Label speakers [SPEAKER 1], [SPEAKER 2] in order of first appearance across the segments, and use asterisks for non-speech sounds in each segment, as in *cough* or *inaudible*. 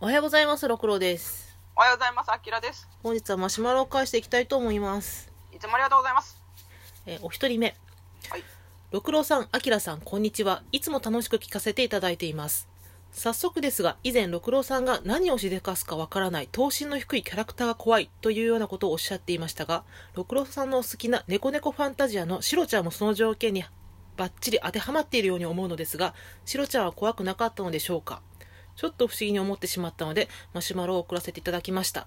[SPEAKER 1] おはようございます、六郎です。
[SPEAKER 2] おはようございます。あきらです。
[SPEAKER 1] 本日はマシュマロを返していきたいと思います。
[SPEAKER 2] いつもありがとうございます。
[SPEAKER 1] えーお一人目。
[SPEAKER 2] はい。
[SPEAKER 1] 六郎さん、あきらさん、こんにちは。いつも楽しく聞かせていただいています。早速ですが、以前六郎さんが何をしでかすかわからない、頭身の低いキャラクターが怖いというようなことをおっしゃっていましたが、六郎さんのお好きな猫猫ファンタジアのシロちゃんもその条件にバッチリ当てはまっているように思うのですが、シロちゃんは怖くなかったのでしょうかちょっと不思議に思ってしまったので、マシュマロを送らせていただきました。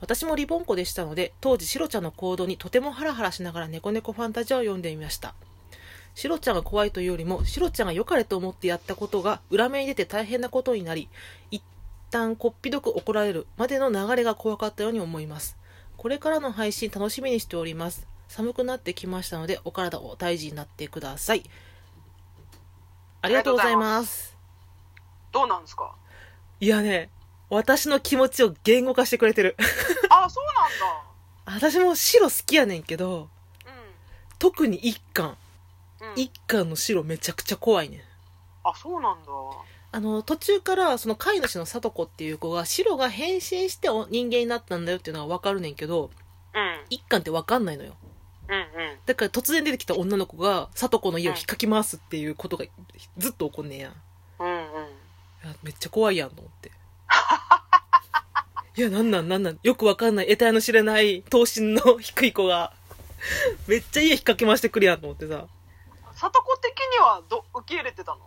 [SPEAKER 1] 私もリボン子でしたので、当時シロちゃんの行動にとてもハラハラしながら猫猫ファンタジアを読んでみました。シロちゃんが怖いというよりも、シロちゃんが良かれと思ってやったことが裏目に出て大変なことになり、一旦こっぴどく怒られるまでの流れが怖かったように思います。これからの配信楽しみにしております。寒くなってきましたので、お体を大事になってください。ありがとうございます。
[SPEAKER 2] どうなんですか。
[SPEAKER 1] いやね、私の気持ちを言語化してくれてる。
[SPEAKER 2] あ、そう
[SPEAKER 1] 私も白好きやねんけど、
[SPEAKER 2] なんだ。
[SPEAKER 1] 特に一巻。
[SPEAKER 2] うん。うん。
[SPEAKER 1] 一巻の白めちゃくちゃ怖いねん。
[SPEAKER 2] あ、そうなんだ。
[SPEAKER 1] あの、途中から、その飼い主の里子っていう子が、白が変身してお人間になったんだよっていうのはわかるねんけど、
[SPEAKER 2] うん。
[SPEAKER 1] 一巻ってわかんないのよ。
[SPEAKER 2] うんうん。
[SPEAKER 1] だから突然出てきた女の子が、里子の家を引っかき回すっていうことがずっと起こんねんや。
[SPEAKER 2] うんうん。
[SPEAKER 1] いやめっちゃ怖いやんと思って。いや、なんなんなんなん。よくわかんない。得体の知れない、頭身の低い子が、めっちゃ家引っ掛け回してくるやんと思ってさ。
[SPEAKER 2] さとこ的にはど受け入れてたの。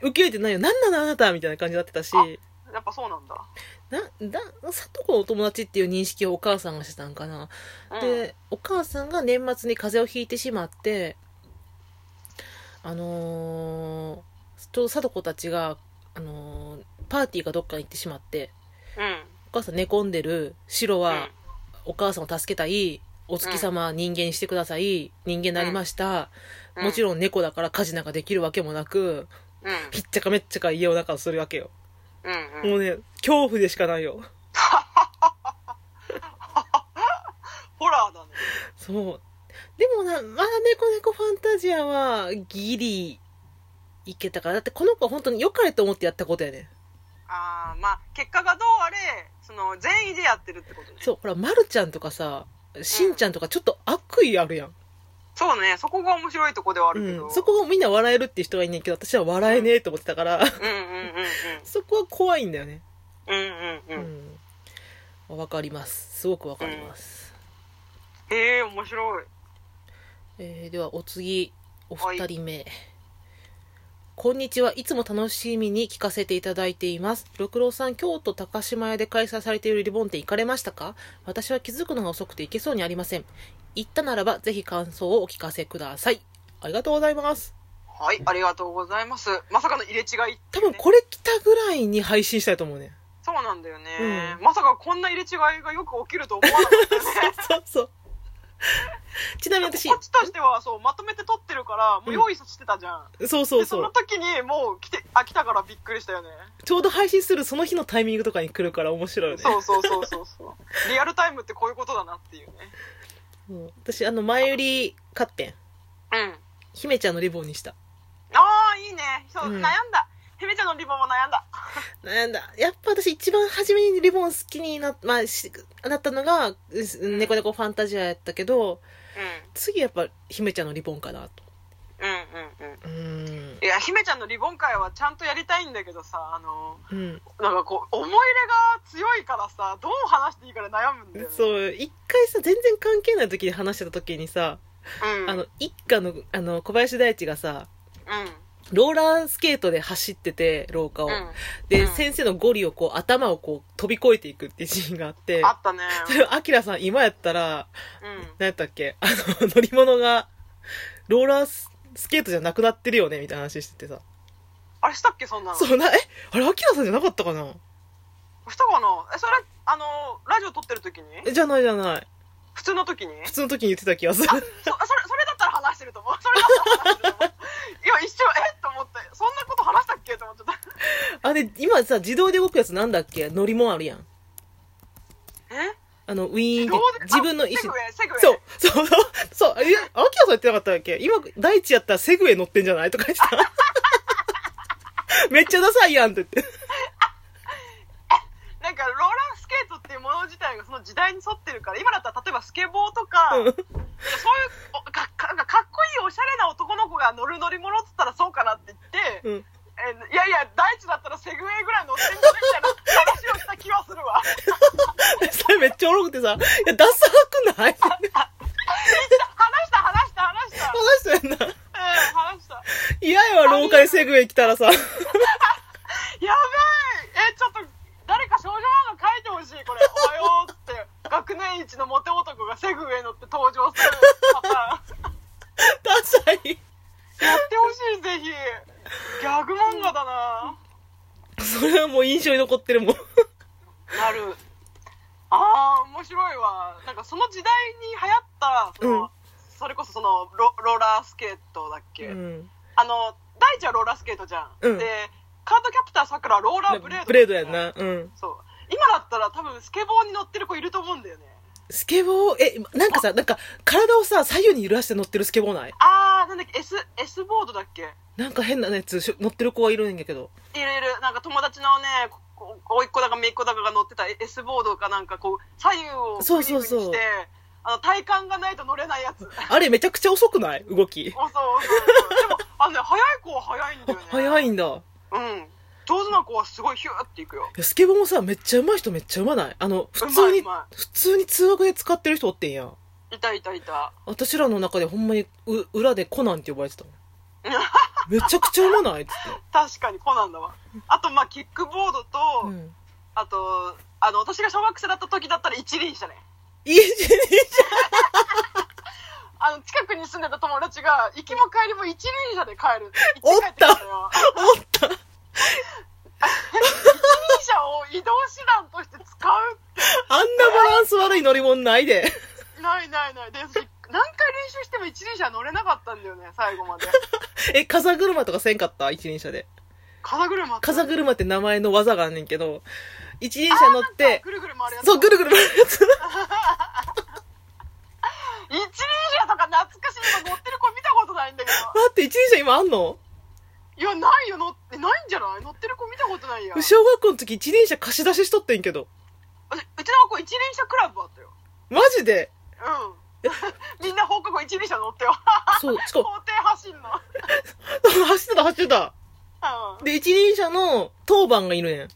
[SPEAKER 1] 受け入れてないよ。なんなのあなたみたいな感じになってたし、
[SPEAKER 2] やっぱそうなんだ。
[SPEAKER 1] な、だ、佐藤子のお友達っていう認識をお母さんがしてたんかな。
[SPEAKER 2] うん、
[SPEAKER 1] で、お母さんが年末に風邪をひいてしまって、あのーちょうど貞子たちが、あのーパーティーかどっかに行ってしまって、
[SPEAKER 2] うん。
[SPEAKER 1] お母さん寝込んでる、白
[SPEAKER 2] う
[SPEAKER 1] は
[SPEAKER 2] ん。
[SPEAKER 1] お母さんを助けたい、お月様人間にしてください、人間になりました、
[SPEAKER 2] うん
[SPEAKER 1] もちろん猫だから家事なんかできるわけもなく、
[SPEAKER 2] うん。
[SPEAKER 1] ひっちゃかめっちゃか家の中をするわけよ。
[SPEAKER 2] うんうん。
[SPEAKER 1] もうね、恐怖でしかないよ。
[SPEAKER 2] ホラーだね。
[SPEAKER 1] そう。でもな、まだ猫猫ファンタジアはギリいけたから。だってこの子は本当に良かれと思ってやったことやねん。
[SPEAKER 2] あーまあ、結果がどうあれ、その善意でやってるってことね。
[SPEAKER 1] そう、ほら、まるちゃんとかさ、しんちゃんとかちょっと悪意あるやん。
[SPEAKER 2] そうね、そこが面白いとこではあ
[SPEAKER 1] う
[SPEAKER 2] るけど。
[SPEAKER 1] ん。そ。こをみんな笑えるっていう人はいんねんけど、私は笑えねえと思ってたから、
[SPEAKER 2] うんうんうん
[SPEAKER 1] *laughs* そこは怖いんだよね。
[SPEAKER 2] うん。うんう
[SPEAKER 1] うん
[SPEAKER 2] うん。
[SPEAKER 1] ん。わかります。すごくわかります。
[SPEAKER 2] へえ、面白い。
[SPEAKER 1] えーではお次お二人目、こんにちはいつも楽しみに聞かせていただいています六郎さん京都高島屋で開催されているリボン店行かれましたか私は気づくのが遅くて行けそうにありません行ったならばぜひ感想をお聞かせくださいありがとうございます
[SPEAKER 2] はい、ありがとうございます。まさかの入れ違いっていうね、
[SPEAKER 1] 多分これ来たぐらいに配信したいと思う
[SPEAKER 2] *laughs*
[SPEAKER 1] ね
[SPEAKER 2] そうなんだよね、
[SPEAKER 1] う
[SPEAKER 2] まさかこんな入れ違いがよく起きると思わなかった *laughs* ね
[SPEAKER 1] そうそうちなみに私
[SPEAKER 2] こっちとしてはそうまとめて撮ってるからもう用意してたじゃん、
[SPEAKER 1] そうそう
[SPEAKER 2] でそ
[SPEAKER 1] そ
[SPEAKER 2] の
[SPEAKER 1] う
[SPEAKER 2] 時にもう来てあ来たからびっくりしたよね
[SPEAKER 1] ちょうど配信するその日のタイミングとかに来るから面白いよね
[SPEAKER 2] そうそうそうそう *laughs* そうリアルタイムってこういうことだなっていうね
[SPEAKER 1] うん私あの前売り買ってん
[SPEAKER 2] うん
[SPEAKER 1] 姫ちゃんのリボンにした
[SPEAKER 2] ああいいねそう、
[SPEAKER 1] うん
[SPEAKER 2] 悩んだ姫ちゃんのリボンも悩んだ
[SPEAKER 1] なんだ、やっぱ私一番初めにリボン好きにな,、まあ、しなったのが、う猫猫ファンタジアやったけど、次やっぱ姫ちゃんのリボンかなと。
[SPEAKER 2] うんうんうんうん
[SPEAKER 1] うーん。
[SPEAKER 2] いや姫ちゃんのリボン会はちゃんとやりたいんだけどさあの
[SPEAKER 1] うん。
[SPEAKER 2] なんかこう思い入れが強いからさどう話していいから悩むんだよね
[SPEAKER 1] そう、一回さ、全然関係ない時に話してた時にさ、
[SPEAKER 2] うん、
[SPEAKER 1] あの、一家の、あの、小林大地がさ、
[SPEAKER 2] うん
[SPEAKER 1] ローラースケートで走ってて、廊下を。
[SPEAKER 2] うん
[SPEAKER 1] で、
[SPEAKER 2] うん
[SPEAKER 1] 先生のゴリをこう、頭をこう、飛び越えていくっていうシーンがあって、
[SPEAKER 2] あったね。
[SPEAKER 1] それをアキラさん今やったら、
[SPEAKER 2] うん。
[SPEAKER 1] 何やったっけあ *laughs* の、乗り物が、ローラーススケートじゃなくなってるよねみたいな話しててさ。
[SPEAKER 2] あれしたっけ、そんなの。
[SPEAKER 1] そうな、えあれ、アキラさんじゃなかったかな
[SPEAKER 2] したかなえ、それ、あの、ラジオ撮ってる時に
[SPEAKER 1] えじゃないじゃない。
[SPEAKER 2] 普通の時に
[SPEAKER 1] 普通の時に言ってた気がする。
[SPEAKER 2] そ、それ、それだったら話してると思う。 *laughs* それだったら話してると思う。今一瞬、えっと思って、そんなこと話したっけと思ってた。
[SPEAKER 1] *laughs* あれ、今さ、自動で動くやつなんだっけ乗り物あるやん。
[SPEAKER 2] え
[SPEAKER 1] あの、ウィーン
[SPEAKER 2] どう
[SPEAKER 1] って
[SPEAKER 2] で、
[SPEAKER 1] 自分の意
[SPEAKER 2] あセ
[SPEAKER 1] 思
[SPEAKER 2] グウ。ェイ、セグウェイ。
[SPEAKER 1] そう、そう、そう、そう、え、アキラさん言ってなかったっけ今、大地やったらセグウェイ乗ってんじゃないとか言って *laughs* た。めっちゃダサいやんって言って。
[SPEAKER 2] 時代に沿ってるから今だったら例えばスケボーとか、
[SPEAKER 1] うん
[SPEAKER 2] そういうおかかかっこいいおしゃれな男の子が乗る乗り物っつったらそうかなって言って、
[SPEAKER 1] うん
[SPEAKER 2] えーいやいや大地だったらセグウェイぐらい乗ってんじゃねみたいな話をした気はするわ
[SPEAKER 1] それめっちゃおもろくてさ、いや、ダサくない *laughs*
[SPEAKER 2] 話した話した話した、う
[SPEAKER 1] 話
[SPEAKER 2] ん、
[SPEAKER 1] してんな。
[SPEAKER 2] 話した
[SPEAKER 1] 嫌やわ、廊下にセグウェイ来たらさ。
[SPEAKER 2] やべええちょっと誰か少女漫画書いてほしいこれ「おはよう」って学年一のモテ男がセグウェイ乗って登場するパターン
[SPEAKER 1] ダサい。
[SPEAKER 2] やってほしいぜひギャグ漫画だな
[SPEAKER 1] それはもう印象に残ってるもん。
[SPEAKER 2] なるあー面白いわなんかその時代に流行ったその、
[SPEAKER 1] うん
[SPEAKER 2] それこそそのロローラースケートだっけ、
[SPEAKER 1] うん。
[SPEAKER 2] あの大地はローラースケートじゃん、
[SPEAKER 1] うん
[SPEAKER 2] でカードキャプターさくらはローラーブレード
[SPEAKER 1] ブレードやんな。うん。
[SPEAKER 2] そう今だったら多分スケボーに乗ってる子いると思うんだよね
[SPEAKER 1] スケボー、え、なんかさ、なんか、体をさ、左右に揺らして乗ってるスケボーない
[SPEAKER 2] あーなんだっけ S, S ボードだっけ
[SPEAKER 1] なんか変なやつしょ乗ってる子はいるんやけど。
[SPEAKER 2] いるいるなんか友達のねここ甥っ子だか姪っ子だかが乗ってた S ボードかなんかこう左右を
[SPEAKER 1] そうそうそう
[SPEAKER 2] グリグリしてあの体幹がないと乗れないやつ *laughs*
[SPEAKER 1] あれめちゃくちゃ遅くない動き。
[SPEAKER 2] あそうそうそうでもあのね早い子は早いんだよね
[SPEAKER 1] 早
[SPEAKER 2] い
[SPEAKER 1] いんだ。
[SPEAKER 2] うん上手な子はすごいヒューっていくよ
[SPEAKER 1] いやスケボーもさ、めっちゃ上手い人めっちゃ上手ないあの、普通に
[SPEAKER 2] うまいうま
[SPEAKER 1] 普通に通学で使ってる人おってんやん。
[SPEAKER 2] いたいたいた
[SPEAKER 1] 私らの中でほんまにう裏でコナンって呼ばれて *laughs* たもん。めちゃくちゃ上手ないっつって。
[SPEAKER 2] 確かにコナンだわあとまあキックボードと、
[SPEAKER 1] うん。
[SPEAKER 2] あとあの私が小学生だった時だったら一輪車ね
[SPEAKER 1] いいじゃんいいじ
[SPEAKER 2] あの近くに住んでた友達が行きも帰りも一輪車で帰る
[SPEAKER 1] おっ
[SPEAKER 2] 一
[SPEAKER 1] た
[SPEAKER 2] 帰てきのよ
[SPEAKER 1] ゃん思った。
[SPEAKER 2] 自転車を移動手段として使う
[SPEAKER 1] *laughs* あんなバランス悪い乗り物ないで。
[SPEAKER 2] ないないないで私何回練習しても一輪車乗れなかったんだよね最後まで
[SPEAKER 1] え、風車とかせんかった一輪車で。
[SPEAKER 2] 風車って
[SPEAKER 1] 風車って名前の技があんねんけど、一輪車乗って、
[SPEAKER 2] ぐるぐる回るやつ
[SPEAKER 1] そう、ぐるぐる回るやつ。 *laughs*
[SPEAKER 2] 一輪車とか懐かしい今乗ってる子見たことないんだけど
[SPEAKER 1] 待って、一輪車今あんの
[SPEAKER 2] いやないよ乗ってないんじゃない乗ってる子見たことないやうち
[SPEAKER 1] 小学校の時一輪車貸し出ししとってんけど。
[SPEAKER 2] うちの学校一輪車クラブあったよ
[SPEAKER 1] マジで
[SPEAKER 2] うん *laughs* みんな放課後一輪車乗ってよ
[SPEAKER 1] *laughs* そう、しか
[SPEAKER 2] 校
[SPEAKER 1] も、
[SPEAKER 2] 庭走んの
[SPEAKER 1] 走ってた走ってた。
[SPEAKER 2] うん
[SPEAKER 1] で、一輪車の当番がいるねん。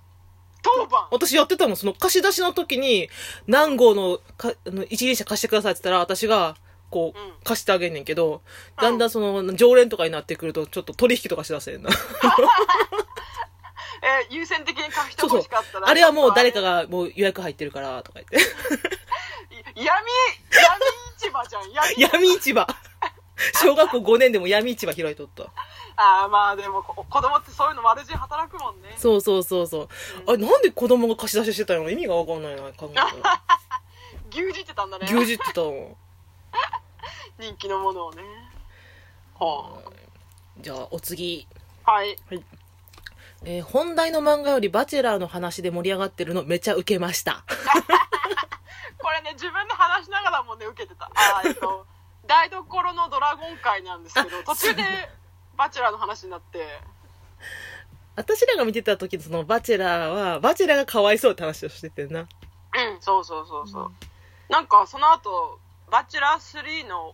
[SPEAKER 2] 当番
[SPEAKER 1] 私やってたもん、その貸し出しの時に、何号のかあの一輪車貸してくださいって言ったら、私が、こう、
[SPEAKER 2] うん
[SPEAKER 1] 貸してあげんねんけど、だんだんその、常連とかになってくると、ちょっと取引とかしだせんな。
[SPEAKER 2] えー優先的に貸して
[SPEAKER 1] そう
[SPEAKER 2] ほ
[SPEAKER 1] そう
[SPEAKER 2] しかった。ら
[SPEAKER 1] あれはもう誰か
[SPEAKER 2] が
[SPEAKER 1] がもう予約入ってるから、とか言って。 *laughs*
[SPEAKER 2] 闇闇市場じゃん闇
[SPEAKER 1] 闇市場。小学校5年でも闇市場開いとった。
[SPEAKER 2] ああまあでもこ子供ってそういうの悪事働くもんね
[SPEAKER 1] そうそうそうそう。あれ、なんで子供が貸し出ししてたの意味がわかんないな、考えた *laughs* ら。
[SPEAKER 2] 牛耳ってたんだね
[SPEAKER 1] 牛耳ってたも
[SPEAKER 2] 人気のものをねは
[SPEAKER 1] ん。じゃあ、お次。
[SPEAKER 2] あはい
[SPEAKER 1] えー本題の漫画よりバチェラーの話で盛り上がってるのめちゃウケました。
[SPEAKER 2] これね自分で話しながらもね受けてたあーえっ
[SPEAKER 1] *laughs*
[SPEAKER 2] と台所のドラゴン界なんですけど途中でバチェラーの話になって
[SPEAKER 1] 私らが見てた時のそのバチェラーは、バチェラーがかわいそうって話をしててんな。
[SPEAKER 2] うんそうそうそうそう、なんかその後バチェラー3の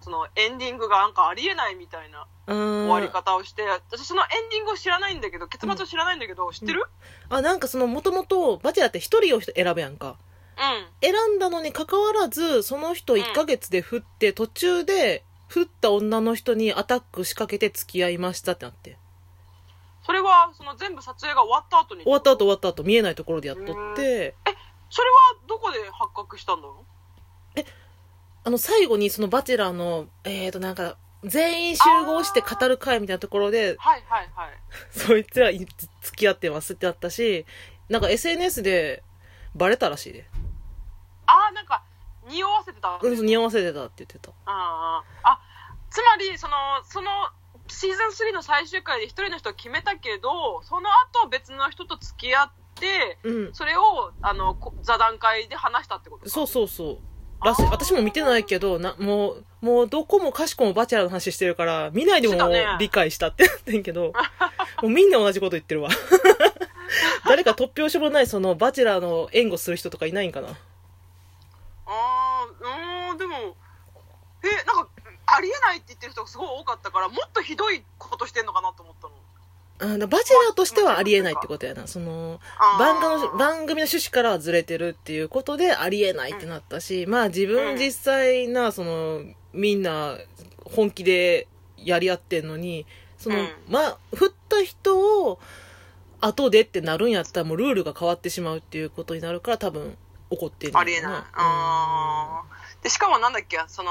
[SPEAKER 2] そのエンディングがなんかありえないみたいな
[SPEAKER 1] うーん。
[SPEAKER 2] 終わり方をして、私そのエンディングを知らないんだけど結末を知らないんだけど、知ってる
[SPEAKER 1] あ、なんかそのもともとバチェラーって一人を選ぶやんか。
[SPEAKER 2] うん
[SPEAKER 1] 選んだのに関わらず、その人1ヶ月で振って、途中で振った女の人にアタック仕掛けて付き合いましたってなって。
[SPEAKER 2] それはその全部撮影が終わった後に
[SPEAKER 1] 終わった後終わった後見えないところでやっとって、
[SPEAKER 2] それはどこで発覚したんだろう
[SPEAKER 1] あの最後にそのバチェラーの、えーとなんか、全員集合して語る会みたいなところで、
[SPEAKER 2] はいはいはい
[SPEAKER 1] そいつらい付き合ってますってあったし、なんか SNS でバレたらしいで。
[SPEAKER 2] ああなんか匂わせてたあ
[SPEAKER 1] うん、匂わせてたって言ってた。
[SPEAKER 2] あーあつまりそのそのシーズン3の最終回で一人の人を決めたけどその後別の人と付き合って
[SPEAKER 1] うん。
[SPEAKER 2] それをあのこ座談会で話したってことか
[SPEAKER 1] そうそうそう。らしい。
[SPEAKER 2] あー
[SPEAKER 1] 私も見てないけど、な、もう、もうどこもかしこもバチェラーの話してるから、見ないでも
[SPEAKER 2] してたね
[SPEAKER 1] 理解したってなってんけ
[SPEAKER 2] *laughs*
[SPEAKER 1] ど、もうみんな同じこと言ってるわ。誰か突拍子もないそのバチェラーの援護する人とかいないんかな。
[SPEAKER 2] ありえないって言ってる人がすごい多かったから、もっとひどいことしてんのかなと思ったの。
[SPEAKER 1] あのバチェラーとしてはありえないってことやな。その、
[SPEAKER 2] あー
[SPEAKER 1] 番組の番組の趣旨からはずれてるっていうことでありえないってなったし、まあ自
[SPEAKER 2] う
[SPEAKER 1] 分
[SPEAKER 2] ん
[SPEAKER 1] 実際な、その、みんな本気でやり合ってんのに、その、
[SPEAKER 2] うん
[SPEAKER 1] まあ、振った人を後でってなるんやったらもうルールが変わってしまうっていうことになるから多分怒ってるんだ
[SPEAKER 2] あ
[SPEAKER 1] ろう
[SPEAKER 2] りえない。あーで、しかもなんだっけ、その、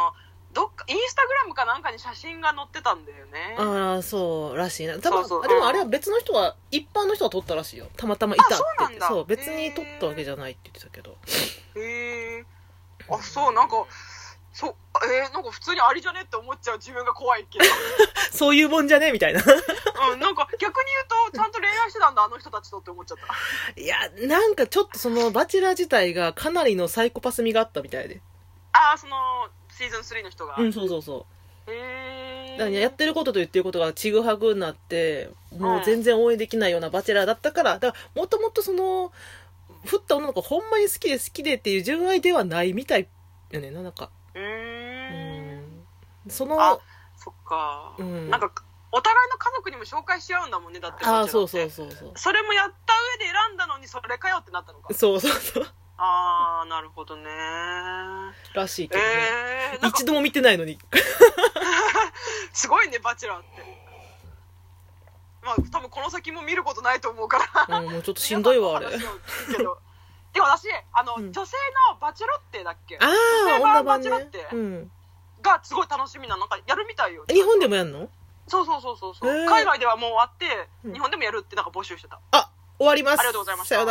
[SPEAKER 2] どっか、インスタグラムかなんかに写真が載ってたんだよね。あ、
[SPEAKER 1] ああ、そう、らしいな。多分
[SPEAKER 2] そうそう
[SPEAKER 1] あで
[SPEAKER 2] うん
[SPEAKER 1] もあれは別の人は、一般の人が撮ったらしいよ。たまたまいたって言って。
[SPEAKER 2] あそうなんだ
[SPEAKER 1] 別に撮ったわけじゃないって言ってた
[SPEAKER 2] *laughs*
[SPEAKER 1] けど。
[SPEAKER 2] へえ。あ、そう、なんか、そう、えー、なんか普通にありじゃねって思っちゃう自分が怖いけど。
[SPEAKER 1] そういうもんじゃねみたいな。
[SPEAKER 2] うん、なんか逆に言うと、ちゃんと恋愛してたんだ、あの人たちとって思っちゃった。
[SPEAKER 1] いや、なんかちょっとその、バチェラー自体がかなりのサイコパス味があったみたいで。
[SPEAKER 2] ああ、その、シーズン3の人が。
[SPEAKER 1] うん、そうそうそう。
[SPEAKER 2] へえ。
[SPEAKER 1] だからねやってることと言ってることがちぐはぐになって、もう全然応援できないようなバチェラーだったから、だから、もともとその、振った女の子ほんまに好きで好きでっていう純愛ではないみたいよね、なんか。
[SPEAKER 2] う
[SPEAKER 1] う
[SPEAKER 2] ーん。
[SPEAKER 1] ん。その、
[SPEAKER 2] あそっか。
[SPEAKER 1] うん
[SPEAKER 2] なんか、お互いの家族にも紹介し合うんだもんね、だって。
[SPEAKER 1] ああ、そうそう
[SPEAKER 2] そ
[SPEAKER 1] そうそう。
[SPEAKER 2] それもやった上で選んだのに、それかよってなったのか。
[SPEAKER 1] そうそうそう。
[SPEAKER 2] ああ、なるほどね。
[SPEAKER 1] らしいけどね。
[SPEAKER 2] えー、なんか
[SPEAKER 1] 一、度も見てないのに。
[SPEAKER 2] すごいね、バチェラーって。まあ、多分この先も見ることないと思うから。
[SPEAKER 1] うん、もうちょっとしんどいわ、あれ。あ
[SPEAKER 2] 皆さんの話を聞くけどでも私、あの、
[SPEAKER 1] うん
[SPEAKER 2] 女性のバチェロッテだっけ
[SPEAKER 1] あー、
[SPEAKER 2] 女
[SPEAKER 1] 女
[SPEAKER 2] 性版
[SPEAKER 1] 版
[SPEAKER 2] 間
[SPEAKER 1] ね
[SPEAKER 2] 違って。
[SPEAKER 1] うん。
[SPEAKER 2] がすごい楽しみなのなんかやるみたいよ
[SPEAKER 1] 日本でもやんの
[SPEAKER 2] そうそうそうそうそう、
[SPEAKER 1] へー
[SPEAKER 2] 海外ではもう終わって
[SPEAKER 1] うん
[SPEAKER 2] 日本でもやるってなんか募集してた
[SPEAKER 1] あ、終わります。
[SPEAKER 2] ありがとうございました
[SPEAKER 1] さよな